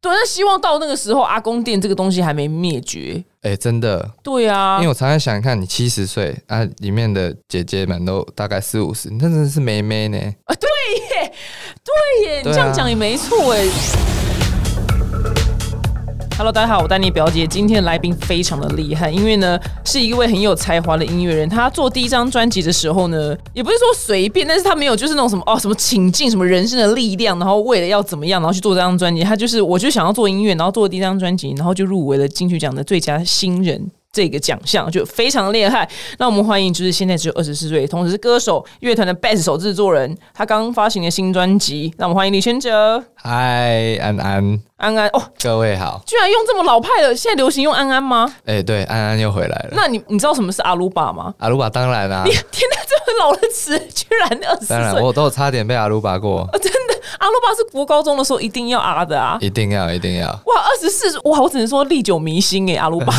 对，那希望到那个时候，阿公店这个东西还没灭绝。哎、真的，对啊因为，我常常想看你七十岁啊，里面的姐姐们都大概四五十，那真的是妹妹呢。对耶，你对啊这样讲也没错哎。Hello，大家好，我丹尼表姐。今天的来宾非常的厉害，因为呢是一位很有才华的音乐人。他做第一张专辑的时候呢，也不是说随便，但是他没有就是那种什么哦什么倾尽什么人生的力量，然后为了要怎么样，然后去做这张专辑。他就是我就想要做音乐，然后做了第一张专辑，然后就入围了金曲奖的最佳新人。这个奖项就非常厉害。那我们欢迎，就是现在只有二十四岁，同时是歌手、乐团的 Bass 手制作人，他刚发行的新专辑。那我们欢迎李轩哲、嗨，安安，安安。哦，各位好。居然用这么老派的，现在流行用安安吗？哎、对，安安又回来了。那你你知道什么是阿鲁巴 吗？阿鲁巴当然啦、你天哪，这么老的词，居然二十当然岁！哦我都有差点被阿鲁巴过，阿鲁巴是国高中的时候一定要啊的啊！一定要一定要。哇，二十四哇，我只能说历久弥新哎，阿 鲁巴。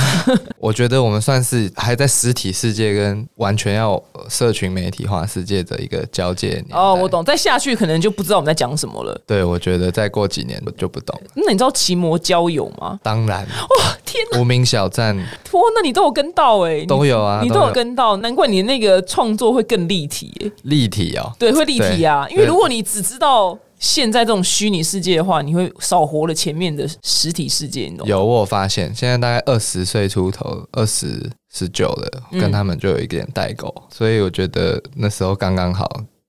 我觉得我们算是还在实体世界跟完全要呃社群媒体化世界的一个交界年代哦，我。懂，再下去可能就不知道我们在讲什么了。对，我觉得再过几年我就不懂了。那你知道骑摩交友吗？当然，哇，天无名小站哇，那 你都有跟到哎、你都有啊，你都有跟到，难怪你那个创作会更立体、欸，立体哦。对，会立体啊。对因为如果你只知道现在这种虚拟世界的话，你会少活了前面的实体世界，你懂吗？有我有发现，现在大概二十岁出头，二十十九的，嗯跟他们就有一点代沟，所以我觉得那时候刚刚好，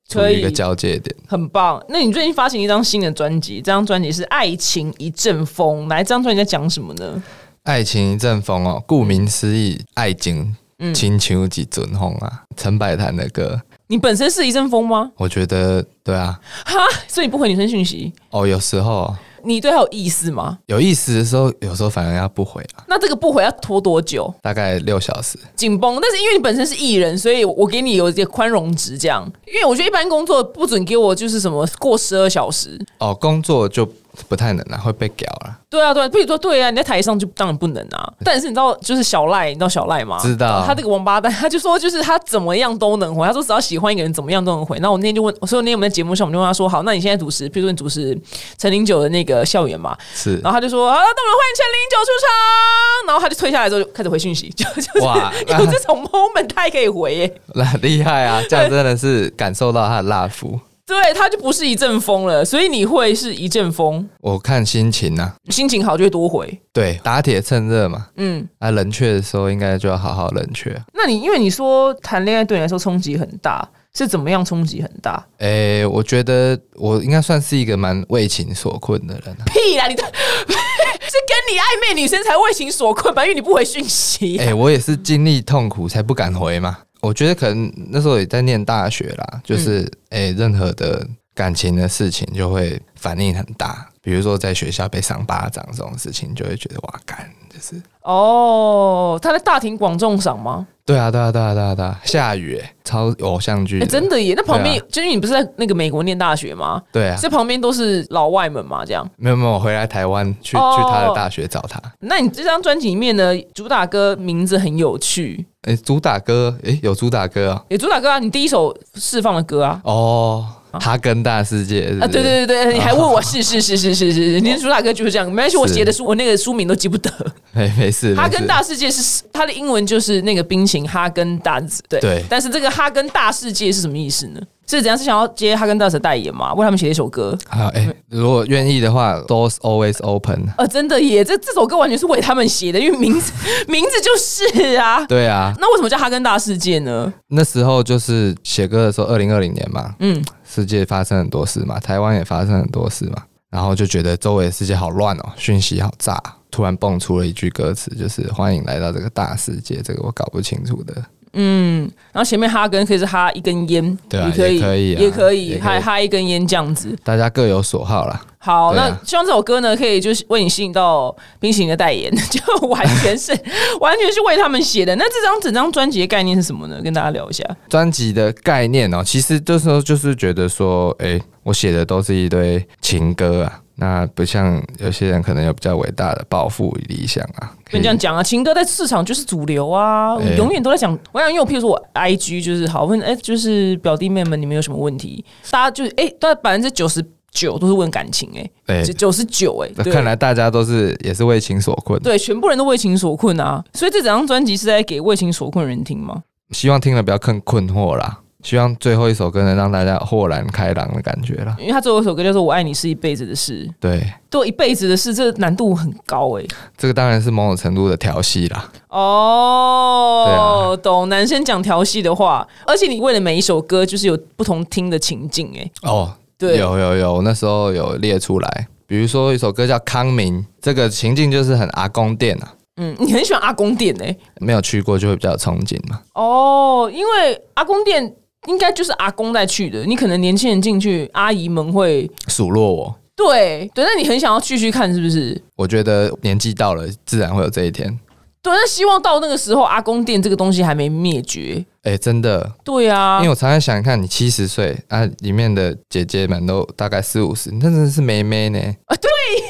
处可以于一个交界点。很棒。那你最近发行一张新的专辑，这张专辑是《爱情一阵风》，来，这张专辑在讲什么呢？爱情一阵风哦，顾名思义，爱情嗯情秋几阵风啊，陈百潭的歌，你本身是一阵风吗？我觉得对啊，哈，所以你不回女生讯息，哦，有时候你对他有意思吗？有意思的时候，有时候反而要不回啊，那这个不回要拖多久？大概六小时。紧绷，但是因为你本身是艺人，所以我给你有一些宽容值，这样。因为我觉得一般工作不准给我就是什么过十二小时。哦，工作就不太能了、啊会被屌了、对啊，对啊，比如说对啊，你在台上就当然不能啊。但是你知道，就是小赖，你知道小赖吗？知道哦他这个王八蛋，他就说就是他怎么样都能回，他说只要喜欢一个人怎么样都能回。那我那天就问，所以那天我们在节目上，我们就问他说，好，那你现在主持，比如说你主持陈零九的那个校园嘛，是然后他就说，啊好，那我们欢迎陈零九出场。然后他就退下来之后就开始回讯息， 就就是哇有这种 moment 他也可以回耶、那厉害啊！这样真的是感受到他的辣夫。对，他就不是一阵风了，所以你会是一阵风，我看心情呐、啊，心情好就会多回。对，打铁趁热嘛。嗯，啊，冷却的时候应该就要好好冷却。那你因为你说谈恋爱对你来说冲击很大，是怎么样冲击很大？诶、我觉得我应该算是一个蛮为情所困的人、啊。 屁啦，你的是跟你暧昧女生才为情所困吧？因为你不回讯息、诶、我也是经历痛苦才不敢回嘛。我觉得可能那时候也在念大学啦，就是诶、嗯任何的感情的事情就会反应很大。比如说在学校被赏巴掌这种事情，就会觉得哇，干，就是哦，他在大庭广众赏吗？对啊，对啊，对啊，对啊，对啊，下雨、诶超偶像剧哎、的、真的耶！那旁边、对就是你不是在那个美国念大学吗？对啊，这旁边都是老外们嘛，这样。没有没有，我回来台湾去、哦去他的大学找他。那你这张专辑里面呢，主打歌名字很有趣，诶，主打歌，诶，有主打歌哦，也主打歌啊，你第一首释放的歌啊，哦，哈根大世界是不是啊，对，对对对，你还问我是是是是是是，你的主打歌就是这样，没关系，我写的书我那个书名都记不得。没没事，哈没事根大世界是它的英文就是那个冰淇淋哈根达斯，对对但是这个哈根大世界是什么意思呢？是怎样？是想要接哈根达斯的代言嘛？为他们写了一首歌。好，诶，如果愿意的话，doors always open。呃，真的耶，这这首歌完全是为他们写的，因为名字 名字就是啊。对啊，那为什么叫哈根达世界呢？那时候就是写歌的时候，二零二零年嘛，嗯，世界发生很多事嘛，台湾也发生很多事嘛，然后就觉得周围的世界好乱哦，讯息好炸，突然蹦出了一句歌词，就是欢迎来到这个大世界，这个我搞不清楚的，然后前面哈根可以是哈一根烟，对啊也可以，也可以啊也可也以，可以还哈一根烟这样子。大家各有所好啦。好，对啊那希望这首歌呢，可以就是为你吸引到冰淇淋的代言， 就完全是 完全是为他们写的。那这张整张专辑的概念是什么呢？跟大家聊一下。专辑的概念哦，其实这时候就是觉得说，诶，我写的都是一堆情歌啊，那不像有些人可能有比较伟大的抱负与理想啊。可跟以你这样讲啊，情歌在市场就是主流啊，我哎永远都在讲。我想，因为我譬如说我 IG 就是好问，哎、就是表弟妹们，你们有什么问题？大家就是哎，大概百分之九十九都是问感情哎、哎、九九十九哎，那对看来大家都是也是为情所困。对，全部人都为情所困啊。所以这整张专辑是在给为情所困人听吗？希望听了不要更困惑啦。希望最后一首歌能让大家豁然开朗的感觉啦。因为他最后一首歌叫做《我爱你是一辈子的事》，对，对，一辈子的事，这难度很高哎、这个当然是某种程度的调戏啦。哦，懂，男生讲调戏的话，而且你为了每一首歌，就是有不同听的情境哎、哦，对有有有，我那时候有列出来，比如说一首歌叫《康明》，这个情境就是很阿公店啊，嗯，你很喜欢阿公店哎、没有去过就会比较有憧憬嘛。哦，因为阿公店应该就是阿公带去的，你可能年轻人进去，阿姨们会数落我，对对，那你很想要继续看是不是？我觉得年纪到了，自然会有这一天。对，那希望到那个时候，阿公店这个东西还没灭绝。哎、真的，对啊因为，我常常想看你七十岁啊，里面的姐姐们都大概四五十，那真的是妹妹呢。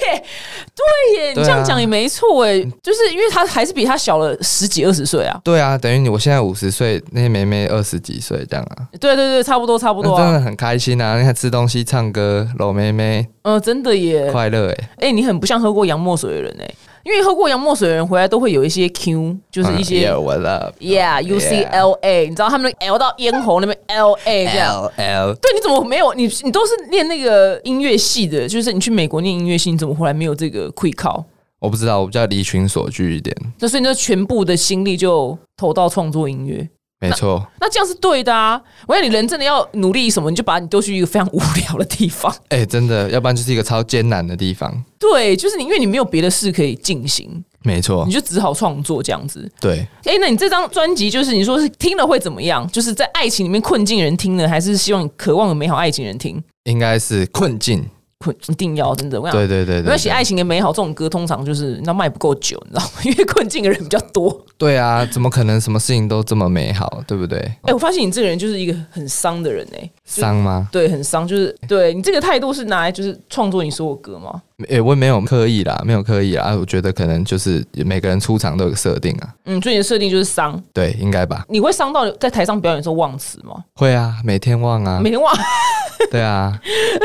对耶，你对啊这样哎讲也没错哎，就是因为他还是比他小了十几二十岁啊。对啊，等于你我现在五十岁，那些妹妹二十几岁这样啊，对对对，差不多差不多那真啊。的很开心啊！你看吃东西、唱歌、搂妹妹，嗯、真的耶。快乐哎、哎、你很不像喝过洋墨水的人哎、因为喝过洋墨水的人回来都会有一些 Q，就是一些。嗯 Yeah, what up? Yeah, U C L A，你知道他们 L 到咽喉那边 L A 这样。 L L 对，你怎么没有？你你都是念那个音乐系的，就是你去美国念音乐系，你怎么回来没有这个 quick call？我不知道，我比较离群所居一点，那所以你就全部的心力就投到创作音乐，没错。那这样是对的啊！我想你人真的要努力什么，你就把你丢去一个非常无聊的地方。哎、真的，要不然就是一个超艰难的地方，对，就是你，因为你没有别的事可以进行，没错你，就只好创作这样子。对。哎、那你这张专辑就是你说是听了会怎么样？就是在爱情里面困境人听呢，还是希望渴望有美好爱情人听？应该是困境，困一定要真的，我想对对对嗯没有哎对写对，爱情的美好这种歌，通常就是那卖不够久，你知道吗？ 因为困境的人比较多。对啊，怎么可能什么事情都这么美好，对不对？哎、我发现你这个人就是一个很伤的人哎、就伤吗？对，很伤，就是对你这个态度是拿来就是创作你所有歌吗？哎、我也没有刻意啦，没有刻意啦，啊我觉得可能就是每个人出场都有个设定啊，嗯，所以你的设定就是伤，对，应该吧？你会伤到在台上表演的时候忘词吗？会啊，每天忘啊每，天忘， 对啊，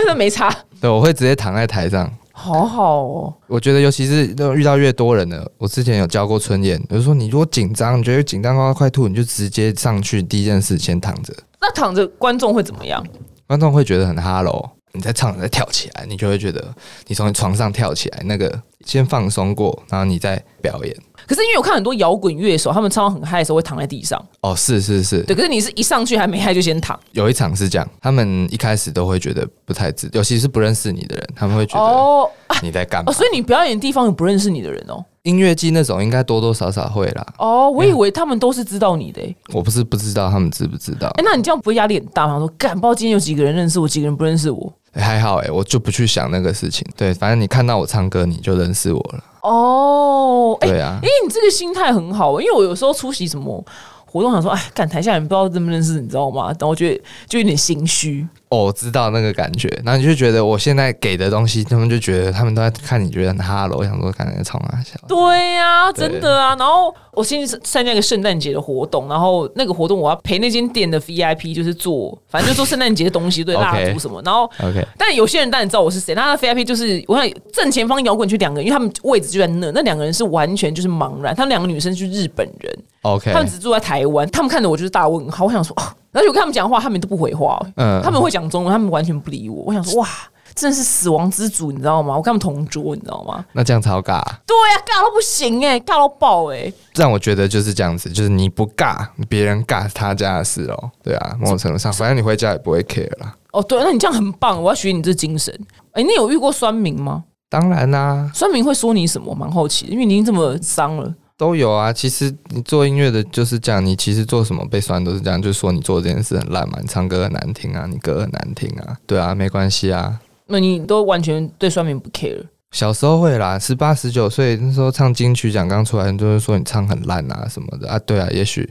那没差，对，我会直接躺在台上。好好哦，我觉得，尤其是那种遇到越多人了，我之前有教过春燕，我就说你如果紧张，你觉得紧张到快吐，你就直接上去，第一件事先躺着，那躺着观众会怎么样？观众会觉得很哈喽。你在唱，你在跳起来，你就会觉得你从床上跳起来，那个先放松过，然后你再表演。可是因为我看很多摇滚乐手，他们唱到很嗨的时候会躺在地上，哦，是是是，对。可是你是一上去还没嗨就先躺，有一场是这样，他们一开始都会觉得不太自，尤其是不认识你的人，他们会觉得哦你在干嘛。哦，所以你表演的地方有不认识你的人哦。音乐季那种应该多多少少会啦，哦，我以为他们都是知道你的、欸，我不是不知道他们知不知道哎、，那你这样不会压力很大吗？我说干，不知道今天有几个人认识我，几个人不认识我。欸还好哎、我就不去想那个事情。对，反正你看到我唱歌，你就认识我了。哦，哎、对啊哎、，你这个心态很好，因为我有时候出席什么活动，想说，哎，干台下人不知道认不认识，你知道吗？然后我觉得就有点心虚。哦，我知道那个感觉，然后你就觉得我现在给的东西，他们就觉得他们都在看你，觉得很哈喽，我想说看人家冲啊笑。对呀、对真的啊。然后我先去参加一个圣诞节的活动，然后那个活动我要陪那间店的 VIP，就是做，反正就做圣诞节的东西，对 OK 蜡烛什么。然后 OK，但有些人当然知道我是谁，那他的 VIP 就是我想正前方摇滚区两个人，因为他们位置就在那，那两个人是完全就是茫然，他们两个女生是日本人， OK，他们只住在台湾，他们看着我就是大问号，我想说，哦、而且我跟他们讲话，他们都不回话、嗯他们会讲中文，他们完全不理我，我想说，哇。真的是死亡之组，你知道吗？我跟他们同桌，你知道吗？那这样超尬、对呀、尬到不行哎、尬到爆哎、让我觉得就是这样子，就是你不尬，别人尬是他家的事哦。对啊，某种程度上，反正你回家也不会 care 啦。哦，对，那你这样很棒，我要学你这精神。哎、你有遇过酸民吗？当然啊啦、酸民会说你什么？蛮好奇的，因为你已经这么脏了。都有啊。其实你做音乐的就是这样，你其实做什么被酸都是这样，就是说你做这件事很烂嘛，你唱歌很难听啊，你歌很难听啊。对啊，没关系啊。那你都完全对酸民不 care。小时候会啦，十八十九岁那时候唱金曲奖刚出来，都会说你唱很烂啊什么的啊。对啊，也许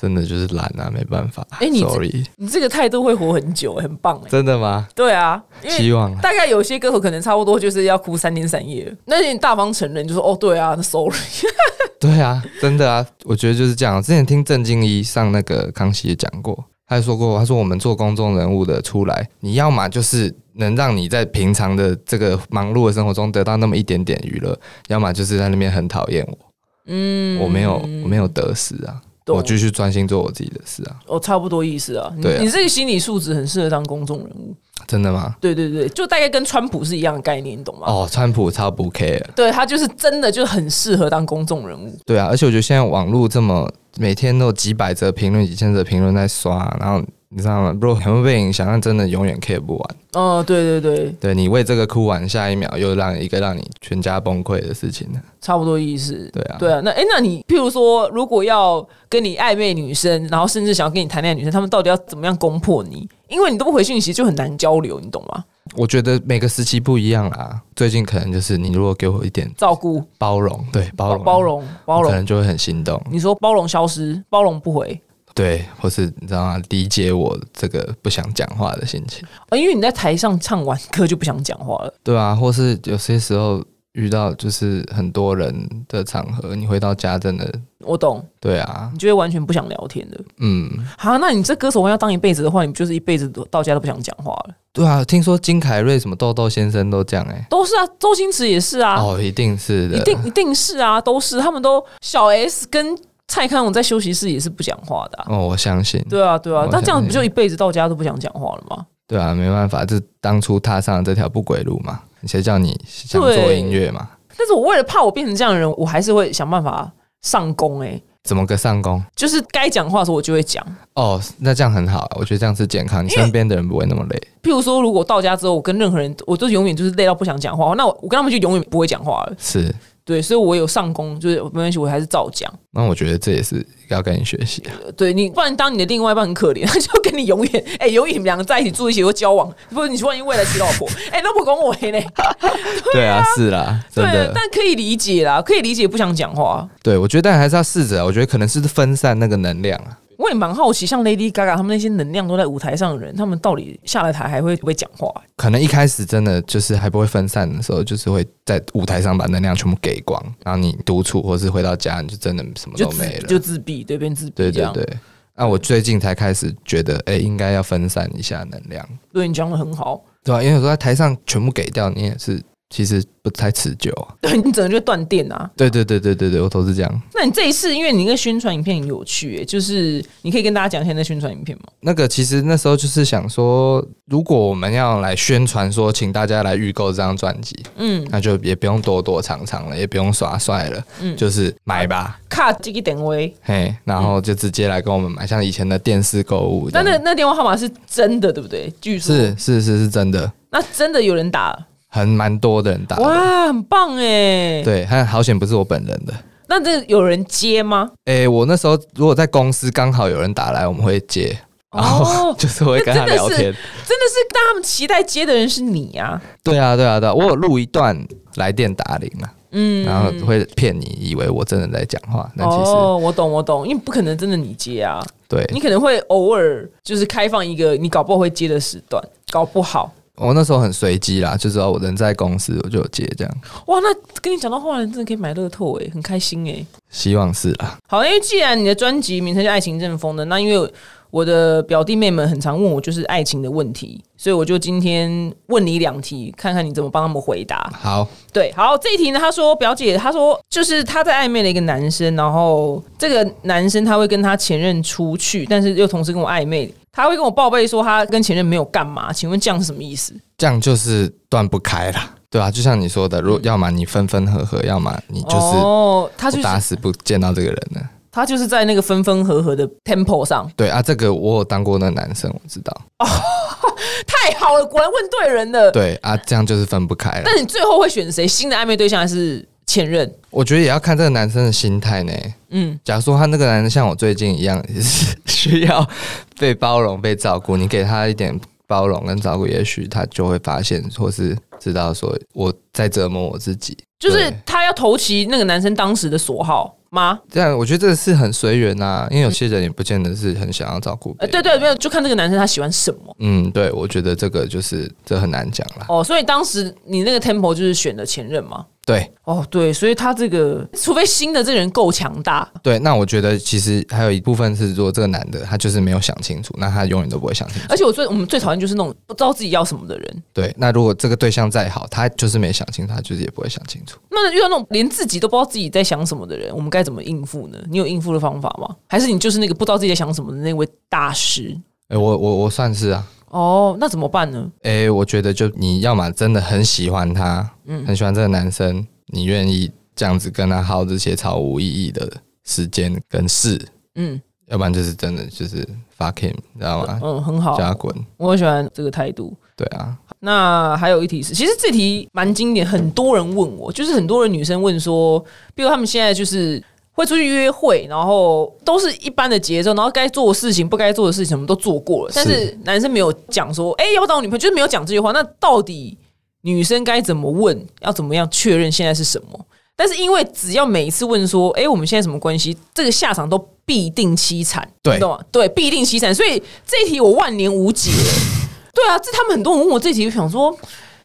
真的就是烂啊，没办法。哎你 sorry，你这个态度会活很久、很棒哎、真的吗？对啊，因为希 望啊大概有些歌手可能差不多就是要哭三天三夜，那你大方承认就说哦，对啊，那 sorry。对啊，真的啊，我觉得就是这样。之前听郑敬一上那个康熙也讲过，他就说过，他说我们做公众人物的出来，你要嘛就是能让你在平常的这个忙碌的生活中得到那么一点点娱乐，要么就是在那边很讨厌我，嗯我没有我没有得失啊，懂我继续专心做我自己的事啊，哦，差不多意思啊。你对啊你这个心理素质很适合当公众人物。真的吗？对对对，就大概跟川普是一样的概念，你懂吗？哦，川普超不 care，对他就是真的就很适合当公众人物。对啊，而且我觉得现在网络这么每天都有几百则评论、几千则评论在刷，然后你知道吗？如果很会被影响，那真的永远 care 不完。哦，对对对，对你为这个哭完，下一秒又让一个让你全家崩溃的事情呢？差不多意思。对啊，对啊，那哎，那你譬如说，如果要跟你暧昧女生，然后甚至想要跟你谈恋爱的女生，他们到底要怎么样攻破你？因为你都不回讯息，就很难交流，你懂吗？我觉得每个时期不一样啦。最近可能就是你如果给我一点照顾、包容，对包容包，容、包我可容。能就会很心动。你说包容消失，包容不回，对，或是你知道吗？理解我这个不想讲话的心情，啊，因为你在台上唱完歌就不想讲话了。对啊，或是有些时候遇到就是很多人的场合，你回到家真的。我懂，对啊你，就会完全不想聊天的。嗯，好，那你这歌手要当一辈子的话，你不就是一辈子都到家都不想讲话了？对啊，听说金凯瑞什么豆豆先生都这样哎、都是啊，周星驰也是啊，哦，一定是的，一定一定是啊，都是他们都小 S 跟蔡康永在休息室也是不讲话的啊、哦，我相信，对啊，对啊我，那这样相信子不就一辈子到家都不想讲话了吗？对啊，没办法，这当初踏上这条不归路嘛，谁叫你想做对音乐嘛？但是我为了怕我变成这样的人，我还是会想办法上攻、欸。怎么个上工？就是该讲话的时候我就会讲。哦，那这样很好，我觉得这样是健康，你身边的人不会那么累。譬如说，如果到家之后，我跟任何人，我都永远就是累到不想讲话，那我我跟他们就永远不会讲话了。是，对，所以我有上攻，就是没关系，我还是照讲。那我觉得这也是要跟你学习啊。对你，不然当你的另外一半很可怜，他 就跟你永远哎、永远你们两个在一起住一起或交往，不是你万一未来娶老婆，哎、那不恭维呢？对啊，是啦，真对啊的，，但可以理解啦，可以理解不想讲话。对我觉得但还是要试着，我觉得可能是分散那个能量啊。我也蛮好奇，像 Lady Gaga 他们那些能量都在舞台上的人，他们到底下了台还会不会讲话、可能一开始真的就是还不会分散的时候，就是会在舞台上把能量全部给光，然后你独处或是回到家，你就真的什么就都自没了。就自闭，对，变自闭对这对样。对。那、我最近才开始觉得，哎、应该要分散一下能量，对你讲的很好， 对啊吧、因为有时候在台上全部给掉，你也是其实不太持久啊。对你整个就断电啊。对对对对对对，我都是这样。那你这一次，因为你那个宣传影片很有趣、哎就是你可以跟大家讲一下你那宣传影片吗？那个其实那时候就是想说，如果我们要来宣传说，请大家来预购这张专辑，嗯，那就也不用躲躲藏藏了，也不用耍帅了，嗯就是买吧。卡这个点位，嘿，然后就直接来跟我们买，像以前的电视购物这那样。那那电话号码是真的，对不对？据说是是是是真的，那真的有人打，很蛮多的人打的。哇，很棒哎。对，还好险不是我本人的。那这有人接吗？诶，我那时候如果在公司刚好有人打来，我们会接，然后哦， 就是我会跟他聊天。真的是，但他们期待接的人是你啊。对啊，对啊，对啊，我有录一段来电打铃啊，嗯，然后会骗你以为我真的在讲话，但其实、哦，我懂我懂，因为不可能真的你接啊，对你可能会偶尔就是开放一个你搞不好会接的时段，搞不好。我那时候很随机啦，就知道我人在公司，我就有接这样，哇，那跟你讲到话，人真的可以买乐透哎、很开心哎、希望是啊啦。好，因为既然你的专辑名称叫《爱情阵风》的，那因为我的表弟妹们很常问我就是爱情的问题，所以我就今天问你两题，看看你怎么帮他们回答。好，对，好，这一题呢，他说表姐，他说就是他在暧昧的一个男生，然后这个男生他会跟他前任出去，但是又同时跟我暧昧，他会跟我报备说他跟前任没有干嘛，请问这样是什么意思？这样就是断不开啦，对啊，就像你说的，如要么你分分合合，要么你就是嗯哦，他我就是打死不见到这个人了。他就是在那个分分合合的 tempo 上，对啊，这个我有当过那个男生，我知道。太好了，果然问对人了。对啊，这样就是分不开了。但你最后会选谁？新的暧昧对象还是前任？我觉得也要看这个男生的心态呢。嗯，假如说他那个男生像我最近一样， 也是需要被包容、被照顾，你给他一点包容跟照顾，也许他就会发现，或是知道说我在折磨我自己。就是对他要投其那个男生当时的所好吗？这样，我觉得这个是很随缘呐，因为有些人也不见得是很想要照顾别呃，人。对对，没有，就看这个男生他喜欢什么。嗯，对，我觉得这个就是这很难讲啦。哦，所以当时你那个 tempo 就是选了前任嘛？对哦，对，所以他这个，除非新的这个人够强大，对，那我觉得其实还有一部分是，如果这个男的他就是没有想清楚，那他永远都不会想清楚。而且我最我们最讨厌就是那种不知道自己要什么的人。对，那如果这个对象再好，他就是没想清楚，他就是也不会想清楚。那遇到那种连自己都不知道自己在想什么的人，我们该怎么应付呢？你有应付的方法吗？还是你就是那个不知道自己在想什么的那位大师？哎、我我我算是啊，哦，那怎么办呢？哎、我觉得就你要么真的很喜欢他，很喜欢这个男生，你愿意这样子跟他耗这些超无意义的时间跟事，嗯要不然就是真的就是 fuck him，你知道吗？嗯，很好叫，他滚。我很喜欢这个态度。对啊，那还有一题是，其实这题蛮经典，很多人问我，就是很多人女生问说，比如他们现在就是会出去约会，然后都是一般的节奏，然后该做的事情、不该做的事情，我们都做过了，但是男生没有讲说，哎、要不要当我女朋友，就是没有讲这句话。那到底女生该怎么问，要怎么样确认现在是什么？但是因为只要每一次问说，哎、我们现在什么关系，这个下场都必定凄惨，对你懂吗？对，必定凄惨，所以这一题我万年无解。 对啊，这他们很多人问我这题，我想说，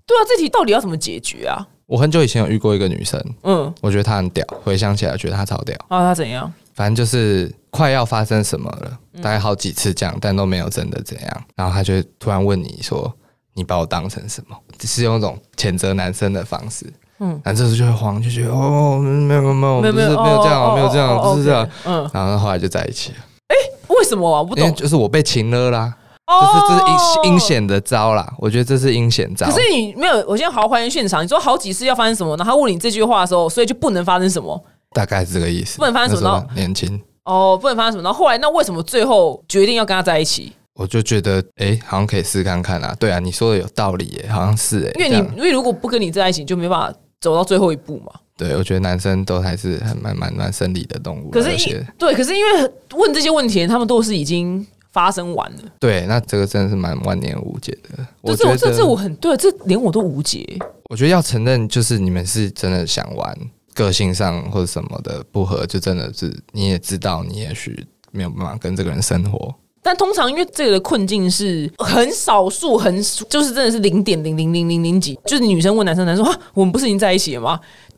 对啊，这题到底要怎么解决啊？我很久以前有遇过一个女生，嗯，我觉得她很屌，回想起来觉得她超屌。啊，他怎样？反正就是快要发生什么了，嗯大概好几次这样，但都没有真的怎样。然后他就会突然问你说：“你把我当成什么？”只是用一种谴责男生的方式。嗯，然后这时候就会慌，就觉得哦，没有没有没有，不是没有这哦样，没有这样，哦不是这样哦。哦然后后来就在一起了， ，OK，嗯，为什么啊？我不因为懂，就是我被擒了啦，这哦是这是阴阴。险的啊招啦，我觉得这是阴险招可。是你没有，我现在好好还原现场。你说好几次要发生什么，然后他问你这句话的时候，所以就不能发生什么，大概是这个意思。不能发生什么那时候年轻，哦，不能发生什么。然后后来那为什么最后决定要跟他在一起？我就觉得哎、诶好像可以试看看啊。对啊，你说的有道理耶、好像是哎、因为这你样因为如果不跟你在一起，你就没办法走到最后一步嘛。对，我觉得男生都还是很蛮蛮蛮生理的动物啦。啊可是有因些对，可是因为问这些问题，他们都是已经发生完了。对，那这个真的是蛮万年无解的。这我是觉我得这这我很对，这连我都无解。我觉得要承认，就是你们是真的想玩，个性上或者什么的不合，就真的是你也知道，你也许没有办法跟这个人生活。但通常因为这个的困境是很少数，很就是真的是零点零零零零零几，就是女生问男生，男生说啊，我们不是已经在一起了吗？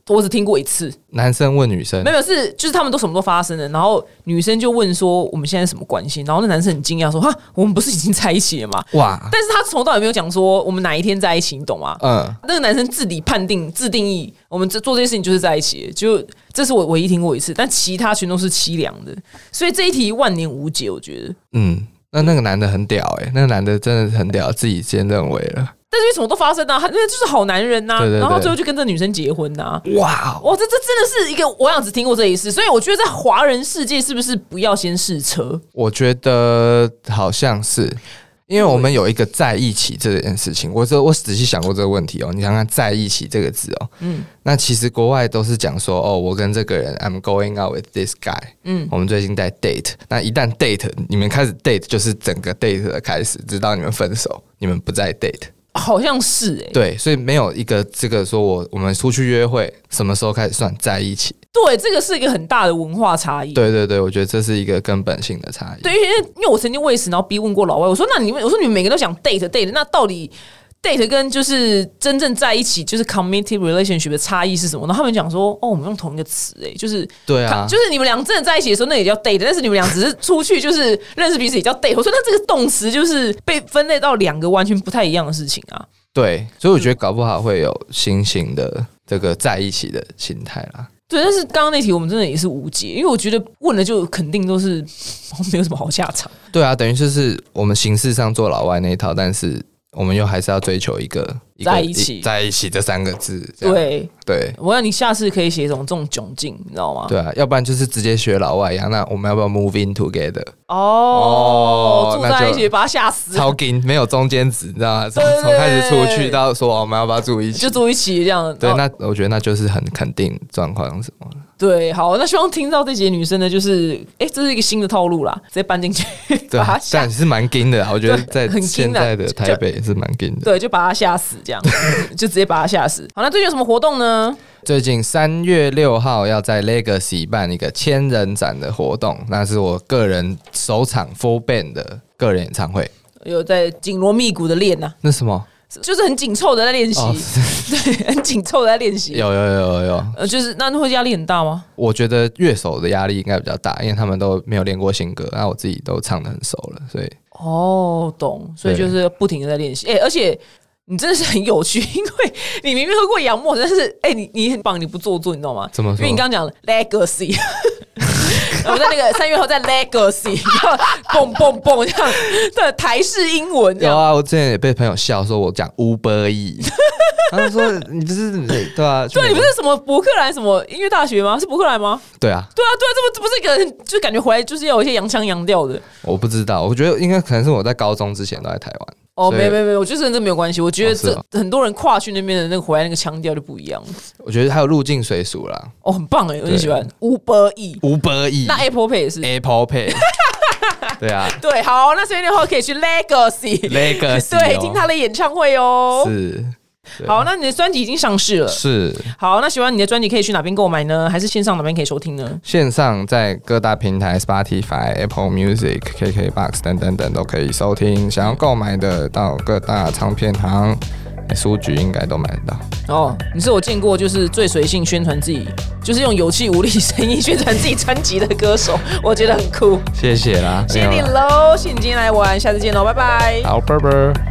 我只听过一次，男生问女生没，有是就是他们都什么都发生了，然后女生就问说我们现在什么关系？然后那男生很惊讶说哈，我们不是已经在一起了吗？哇，但是他从头到尾没有讲说我们哪一天在一起，你懂吗？嗯，那个男生自己判定、自定义，我们这做这些事情就是在一起，就这是我唯一听过一次，但其他全都是凄凉的，所以这一题万年无解，我觉得。嗯，那那个男的很屌哎、那个男的真的是很屌，自己先认为了，但是因为什么都发生啊，他那就是好男人呐、对对对然后最后就跟这女生结婚呐、啊哇，哦哇，这这真的是一个，我想只听过这一次，所以我觉得在华人世界是不是不要先试车？我觉得好像是，因为我们有一个在一起这件事情，我这我仔细想过这个问题哦。你想想“在一起”这个字哦，嗯，那其实国外都是讲说哦，我跟这个人 I'm going out with this guy，嗯，我们最近在 date。那一旦 date，你们开始 date 就是整个 date 的开始，直到你们分手，你们不再 date。好像是哎、对，所以没有一个这个说我我们出去约会什么时候开始算在一起。对，这个是一个很大的文化差异。对对对，我觉得这是一个根本性的差异。对，因为因为我曾经为此然后逼问过老外，我说那你们，我说你们每个都想 date date，那到底 date 跟就是真正在一起就是 committed relationship 的差异是什么？然后他们讲说，哦，我们用同一个词哎、就是。对他啊，就是你们俩真的在一起的时候，那也叫 date，但是你们俩只是出去就是认识彼此也叫 date。我说那这个动词就是被分类到两个完全不太一样的事情啊。对，所以我觉得搞不好会有新型的这个在一起的心态啦。对，但是刚刚那题我们真的也是无解，因为我觉得问了就肯定都是 没有什么好下场。对啊，等于就是我们形式上做老外那一套，但是我们又还是要追求一个一个在一起在一起这三个字。这样对，对啊我要你下次可以写一种这种窘境，你知道吗？对啊，要不然就是直接学老外一样。那我们要不要 move in together？哦，哦住那在就一起把他吓死，超紧，没有中间值，你知道吗？从对对从开始出对去到说我们要不要住一起就？住一起这样。对，哦那我觉得那就是很肯定状况什么的。对，好，那希望听到这节女生呢，就是哎、这是一个新的套路 啦，直接搬进去，把对啊他，吓但是蛮紧的啊，我觉得对在很紧现的在的台就北是蛮紧的。对，就把他吓死，这样 就直接把他吓死。好，那最近有什么活动呢？最近三月六号要在 Legacy 办一个千人展的活动，那是我个人首场 Full Band 的个人演唱会。有在紧锣密鼓的练呐、啊那什么？就是很紧凑的在练习，哦， 对，很紧凑的在练习。有有有有有，呃，就是那会压力很大吗？我觉得乐手的压力应该比较大，因为他们都没有练过新歌，啊那我自己都唱的很熟了，所以哦，懂，所以对就是不停的在练习。哎、而且你真的是很有趣， 因为你明明喝过洋墨，但是哎、你你很棒，你不做作，你知道吗？怎么因说为你刚刚讲 legacy。我在那 个三月后在 Legacy，然后蹦蹦蹦这样的台式英文这有样，啊，我之前也被朋友笑说我讲 Uber E，他 们说你不是对啊，去对，美你不国是什么伯克莱什么音乐大学吗？是伯克莱吗？对啊，对啊，对啊，这不这不是一个很就感觉回来就是要有一些洋腔洋调的。我不知道，我觉得应该可能是我在高中之前都在台湾，哦，所以没没没，我觉得这没有关系。我觉得哦是这、哦很多人跨去那边的那个回来那个腔调就不一样了。我觉得还有入境水俗啦哦，很棒哎，我很对喜欢 Uber E。 ，Uber E 那 Apple Pay 也是 Apple Pay，对啊对，好，那所以的话可以去 Legacy，, ，Legacy 对，哦听他的演唱会哦。是对好，那你的专辑已经上市了。是好，那喜欢你的专辑可以去哪边购买呢？还是线上哪边可以收听呢？线上在各大平台 Spotify、Apple Music、KKBox 等等等都可以收听。想要购买的，到各大唱片行、哎书局应该都买得到。哦，你是我见过就是最随性宣传自己，就是用有气无力声音宣传自己专辑的歌手，我觉得很酷。谢谢啦，谢谢没你有啦，喽，谢谢你今天来玩，下次见喽，拜拜。好，拜拜。